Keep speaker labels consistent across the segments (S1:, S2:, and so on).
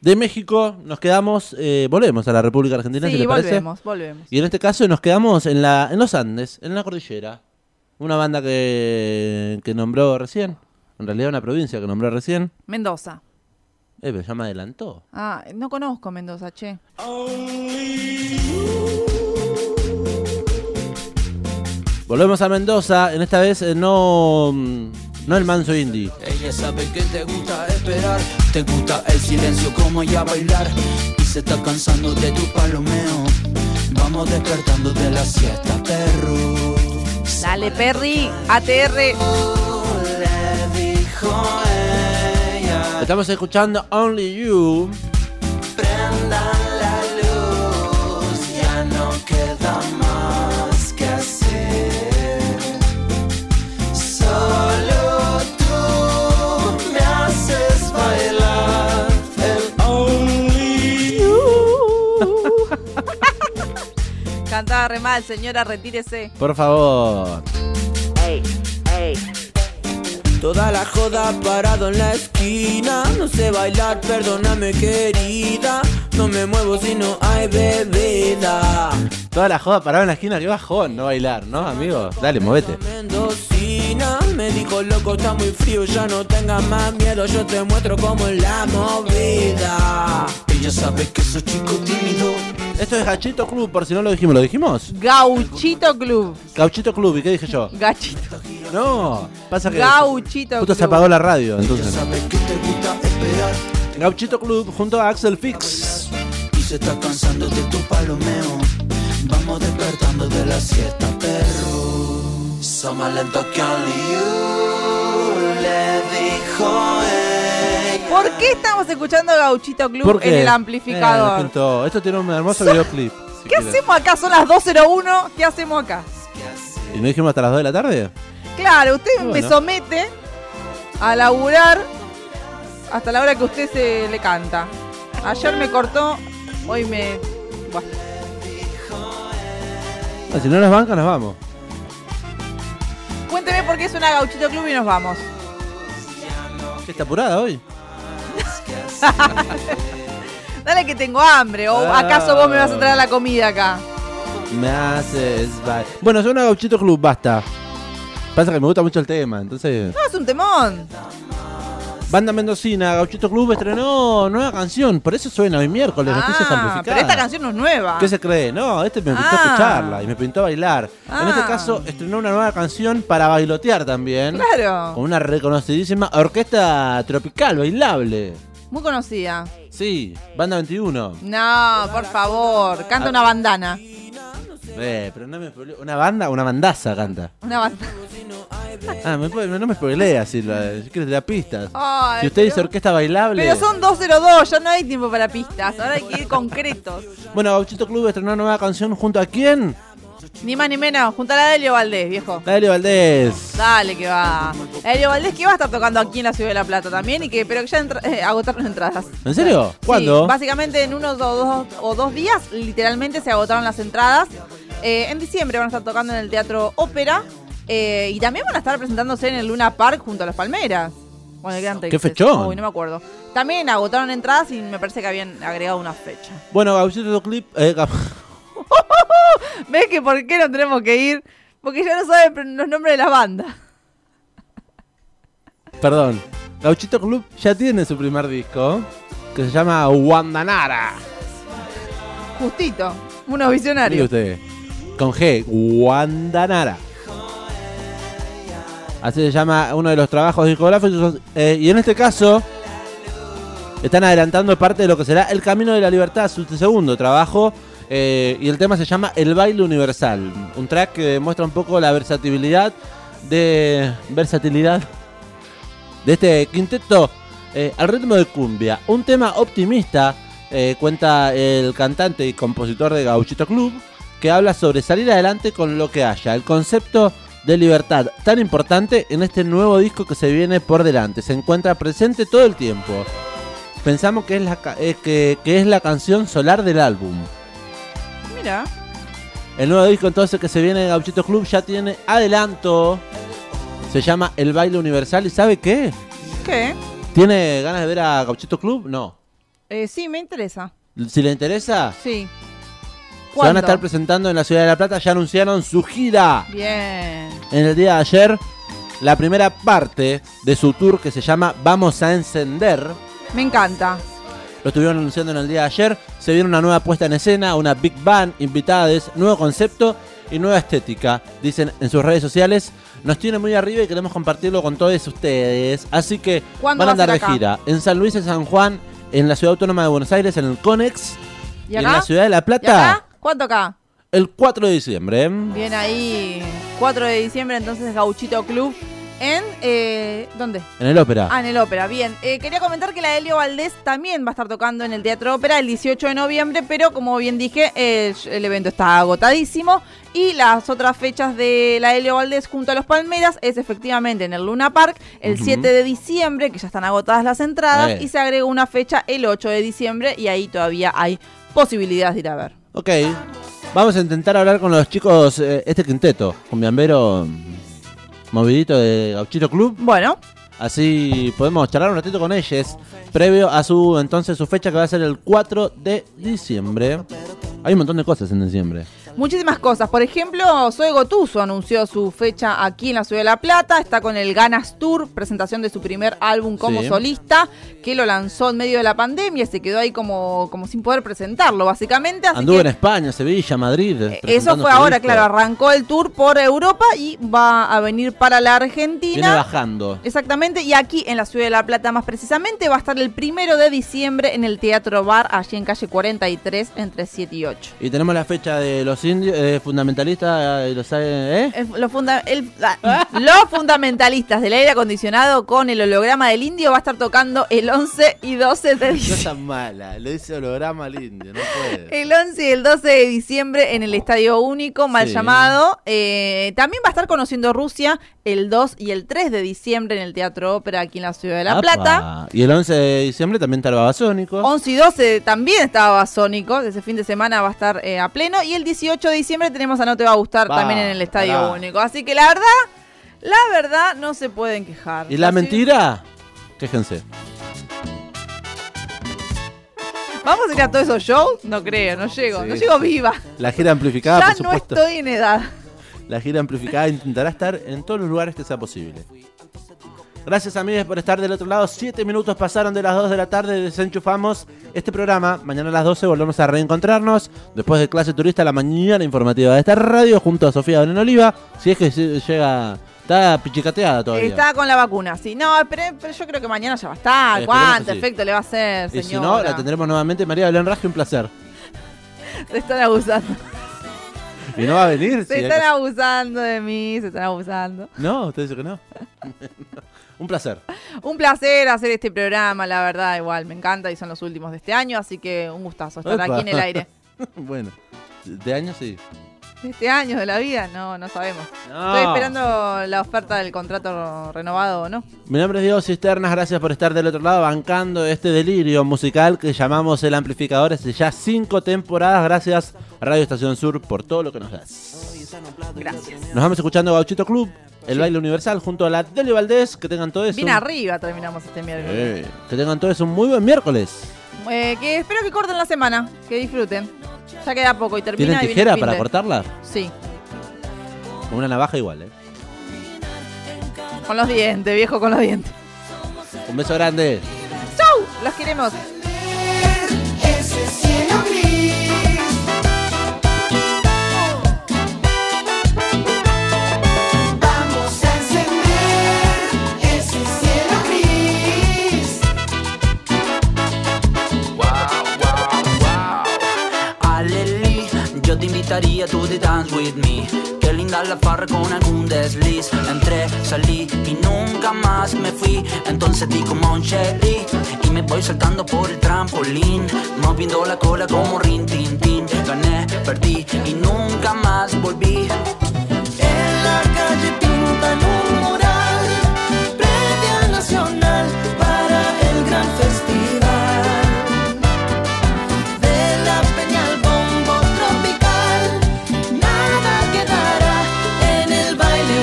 S1: De México nos quedamos, eh, volvemos a la República Argentina, si
S2: Sí,
S1: le parece.
S2: volvemos, volvemos.
S1: Y en este caso nos quedamos en, la, en los Andes, en la cordillera. Una banda que, que nombró recién. En realidad una provincia que nombró recién.
S2: Mendoza.
S1: Eh, pero ya me adelantó.
S2: Ah, no conozco Mendoza, che.
S1: Volvemos a Mendoza, en esta vez eh, no, mm, no el manso indie.
S3: Ella sabe que te gusta esperar, te gusta el silencio como ella bailar y se está cansando de tu palomeo. Vamos despertando de la siesta, perro.
S2: Dale, Perry, ATR.
S3: Le dijo ella,
S1: Estamos escuchando Only You.
S3: prendan la luz, ya no queda más que hacer. Solo tú me haces bailar el only you.
S2: Cantaba re mal, señora, retírese.
S1: Por favor.
S3: Toda la joda parado en la esquina. No sé bailar, perdóname querida. No me muevo si no hay bebida.
S1: Toda la joda parada en la esquina, qué bajón, no bailar, ¿no, amigo? Dale, movete.
S3: Mendocina me dijo loco, está muy frío, ya no tengas más miedo, yo te muestro cómo es la movida. Ella sabe que soy chico tímido.
S1: Esto es Gachito Club, por si no lo dijimos. ¿Lo dijimos?
S2: Gauchito Club.
S1: Gauchito Club, ¿y qué dije yo?
S2: Gachito.
S1: No, pasa que.
S2: Gauchito
S1: Eh, Justo se
S2: Club.
S1: apagó la radio, entonces.
S3: sabe que te gusta esperar
S1: Gauchito Club junto a Axel Fix.
S3: y se está cansando de tu palomeo. Vamos despertando de la siesta, perro. Somos más lento que only you, le dijo ella.
S2: ¿Por qué estamos escuchando Gauchito Club
S1: ¿Por
S2: en
S1: qué?
S2: el
S1: Eh,
S2: amplificador?
S1: nos juntó. Esto tiene un hermoso videoclip. si
S2: ¿Qué
S1: quieren.
S2: hacemos acá? Son las 2.01. ¿Qué hacemos acá?
S1: ¿Y no dijimos hasta las 2 de la tarde?
S2: Claro, usted
S1: Bueno.
S2: me somete a laburar hasta la hora que usted se le canta. Ayer me cortó, hoy me. Bueno,
S1: Ah, si no nos bancan, nos vamos.
S2: Cuénteme por qué es una gauchito club y nos vamos.
S1: ¿Qué está apurada hoy?
S2: Dale que tengo hambre, o
S1: Ah.
S2: acaso vos me vas a traer la comida acá.
S1: Me haces ba- Bueno, suena Gauchito Club, basta. Pasa que me gusta mucho el tema, entonces.
S2: No, es un temón.
S1: Banda Mendocina, Gauchito Club estrenó nueva canción, por eso suena hoy miércoles, noticias
S2: Ah,
S1: amplificadas.
S2: pero esta canción no es nueva.
S1: ¿Qué se cree? No, este me pintó
S2: Ah.
S1: escucharla y me pintó bailar. En este
S2: Ah.
S1: caso, estrenó una nueva canción para bailotear también. Con
S2: Claro,
S1: una reconocidísima orquesta tropical, bailable.
S2: muy conocida.
S1: Sí, Banda 21.
S2: No, por favor, canta una bandana.
S1: Eh, pero no me spoile- ¿Una banda? Una bandaza canta.
S2: Una bandana.
S1: Ah, me puede- no me spoileas si la, si quieres la pista.
S2: Ay,
S1: Si usted dice
S2: pero-
S1: orquesta bailable.
S2: Pero son 2.02, ya no hay tiempo para pistas, ahora hay que ir concretos.
S1: Bueno, Gauchito Club estrenó una nueva canción junto a quién?
S2: Ni más ni menos, juntala a Helio Valdés, viejo.
S1: Dale Valdés.
S2: Dale que va. Helio Valdés que va a estar tocando aquí en la Ciudad de la Plata también, y que, pero que ya entra- eh, agotaron entradas.
S1: ¿En serio?
S2: Sí,
S1: ¿Cuándo?
S2: básicamente en unos o dos, o dos días, literalmente se agotaron las entradas. Eh, en diciembre van a estar tocando en el Teatro Ópera eh, y también van a estar presentándose en el Luna Park junto a las Palmeras. Bueno, el Gran
S1: ¿Qué
S2: Texas.
S1: fechón?
S2: Uy, no me acuerdo. También agotaron entradas y me parece que habían agregado una fecha.
S1: Bueno, Gauchito Club. eh, Gau-
S2: ¿Ves que por qué no tenemos que ir? Porque ya no saben pr- los nombres de las bandas.
S1: perdón. Gauchito Club ya tiene su primer disco. Que se llama Guandanara.
S2: Justito, unos
S1: Mire
S2: visionarios.
S1: usted. Con G, Guandanara. Así se llama uno de los trabajos discográficos. eh, y en este caso, están adelantando parte de lo que será El Camino de la Libertad, su segundo trabajo. eh, y el tema se llama El Baile Universal. Un track que muestra un poco la versatilidad de. versatilidad de este quinteto eh, al ritmo de cumbia. Un tema optimista eh, cuenta el cantante y compositor de Gauchito Club, que habla sobre salir adelante con lo que haya, el concepto de libertad tan importante en este nuevo disco que se viene por delante, se encuentra presente todo el tiempo. Pensamos que es la, ca- eh, que- que es la canción solar del álbum.
S2: Mira,
S1: El nuevo disco entonces que se viene de Gauchito Club ya tiene adelanto. Se llama El Baile Universal y ¿sabe qué?
S2: ¿qué?
S1: ¿Tiene ganas de ver a Gauchito Club? No.
S2: Eh, sí, me interesa.
S1: Si le interesa,
S2: Sí.
S1: se van a
S2: ¿Cuándo?
S1: estar presentando en la ciudad de La Plata. Ya anunciaron su gira
S2: Bien.
S1: en el día de ayer. La primera parte de su tour que se llama Vamos a Encender.
S2: Me encanta.
S1: Lo estuvieron anunciando en el día de ayer. Se viene una nueva puesta en escena, una Big Band, invitadas, nuevo concepto y nueva estética. Dicen en sus redes sociales. Nos tiene muy arriba y queremos compartirlo con todos ustedes. Así que van
S2: ¿Cuándo
S1: a
S2: va a ser
S1: andar de
S2: acá?
S1: gira. En San Luis, en San Juan, en la Ciudad Autónoma de Buenos Aires, en el Conex.
S2: ¿Y
S1: en la
S2: acá?
S1: Ciudad de La
S2: ¿Y acá?
S1: Plata,
S2: ¿Cuánto acá?
S1: el 4 de diciembre. ¿eh?
S2: Bien ahí. 4 de diciembre, entonces Gauchito Club. En. Eh, ¿Dónde?
S1: En el Ópera.
S2: Ah, en el ópera, bien. Eh, quería comentar que la Helio Valdés también va a estar tocando en el Teatro Ópera el 18 de noviembre, pero como bien dije, el, el evento está agotadísimo. Y las otras fechas de la Helio Valdés junto a los Palmeras es efectivamente en el Luna Park el
S1: Ujú.
S2: 7 de diciembre, que ya están agotadas las entradas,
S1: Eh.
S2: y se agrega una fecha el 8 de diciembre y ahí todavía hay posibilidades de ir a ver.
S1: Ok. Vamos a intentar hablar con los chicos, eh, este quinteto, con Biambero movidito de Gauchito Club.
S2: Bueno,
S1: Así podemos charlar un ratito con ellos. Previo a su entonces su fecha que va a ser el 4 de diciembre. Hay un montón de cosas en diciembre.
S2: Muchísimas cosas. Por ejemplo, Zoe Gotuso anunció su fecha aquí en la Ciudad de la Plata. Está con el Ganas Tour, presentación de su primer álbum como
S1: Sí.
S2: solista, que lo lanzó en medio de la pandemia y se quedó ahí como, como sin poder presentarlo, básicamente. Así
S1: Anduvo
S2: que,
S1: en España, Sevilla, Madrid.
S2: eh, eso
S1: presentando
S2: fue
S1: su
S2: ahora,
S1: disco.
S2: claro. Arrancó el tour por Europa y va a venir para la
S1: Viene
S2: Argentina.
S1: bajando.
S2: Exactamente, y aquí en la Ciudad de la Plata más precisamente va a estar el primero de diciembre en el Teatro Bar, allí en calle 43, entre 7 y 8.
S1: Y tenemos la fecha de los indios, eh, fundamentalistas, eh, los, eh, ¿eh?
S2: El- lo funda- el- la- los fundamentalistas del aire acondicionado con el holograma del indio va a estar tocando el 11 y 12 de
S1: No
S2: diciembre.
S1: tan mala, le dice holograma al indio, no puede.
S2: El 11 y el 12 de diciembre en el Estadio Único, mal
S1: Sí.
S2: llamado. Eh, también va a estar conociendo Rusia el 2 y el 3 de diciembre en el Teatro Ópera aquí en la Ciudad de La
S1: Apa.
S2: Plata.
S1: Y el 11 de diciembre también está el Babasónico.
S2: 11 y 12 también estaba Sónico, ese fin de semana va a estar eh, a pleno. Y el 18 de diciembre tenemos a No Te Va a Gustar
S1: Va,
S2: también en el Estadio
S1: pará.
S2: Único. Así que la verdad, la verdad no se pueden quejar.
S1: ¿Y la
S2: Así-
S1: mentira? Quéjense.
S2: ¿Vamos a ir a todos esos shows? No creo, no llego.
S1: Sí.
S2: No llego viva.
S1: La gira amplificada,
S2: ya
S1: por
S2: no
S1: supuesto.
S2: estoy en edad.
S1: La gira amplificada intentará estar en todos los lugares que sea posible. Gracias amigos por estar del otro lado. Siete minutos pasaron de las 2 de la tarde. Desenchufamos este programa. Mañana a las 12 volvemos a reencontrarnos. Después de clase turista, la mañana informativa de esta radio junto a Sofía Belén Oliva. Si es que se- llega... Está pichicateada todavía.
S2: Está con la vacuna, sí. No, pero, pero yo creo que mañana ya va a estar.
S1: Esperemos
S2: ¿Cuánto
S1: que sí.
S2: efecto le va a hacer,
S1: y
S2: señora?
S1: si no, la tendremos nuevamente. María Belén Raje, un placer.
S2: Se están abusando.
S1: Y no va a venir.
S2: Se
S1: si-
S2: están abusando de mí, se están abusando.
S1: No, usted dice que no. un placer.
S2: Un placer hacer este programa, la verdad, igual. Me encanta y son los últimos de este año, así que un gustazo estar
S1: Epa.
S2: aquí en el aire.
S1: bueno, de año sí.
S2: ¿De Este año de la vida, no, no sabemos.
S1: No.
S2: Estoy esperando la oferta del contrato renovado o no.
S1: Mi nombre es Diego Cisternas, gracias por estar del otro lado bancando este delirio musical que llamamos el amplificador hace ya cinco temporadas. Gracias a Radio Estación Sur por todo lo que nos das.
S2: Gracias.
S1: Nos vamos escuchando Gauchito Club, El Baile Universal junto a la Deli Valdés. Que tengan todos
S2: Bien
S1: un...
S2: arriba terminamos este miércoles.
S1: Eh, que tengan todos un muy buen miércoles.
S2: Eh, que espero que corten la semana, que disfruten. Ya queda poco y termina.
S1: ¿Tienen
S2: y viene el
S1: tijera
S2: fin
S1: para
S2: de.
S1: cortarla?
S2: Sí,
S1: Con una navaja igual, eh.
S2: con los dientes, viejo, con los dientes.
S1: Un beso grande.
S2: ¡Chau! Los queremos.
S4: Ese cielo gris Vamos a encender Ese cielo gris
S5: Aleli, yo te invitaría tú de dance with me. Qué linda la farra con algún desliz. Entré, salí y nunca más me fui. Entonces di como un cherry y me voy saltando por el trampolín, moviendo la cola como rin tin tin. Gané, perdí y nunca más volví.
S4: En la calle pintan un mural Previa al nacional Para el gran festival De la peña al bombo tropical Nada quedará en el baile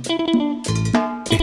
S4: universal
S6: Ese cielo gris,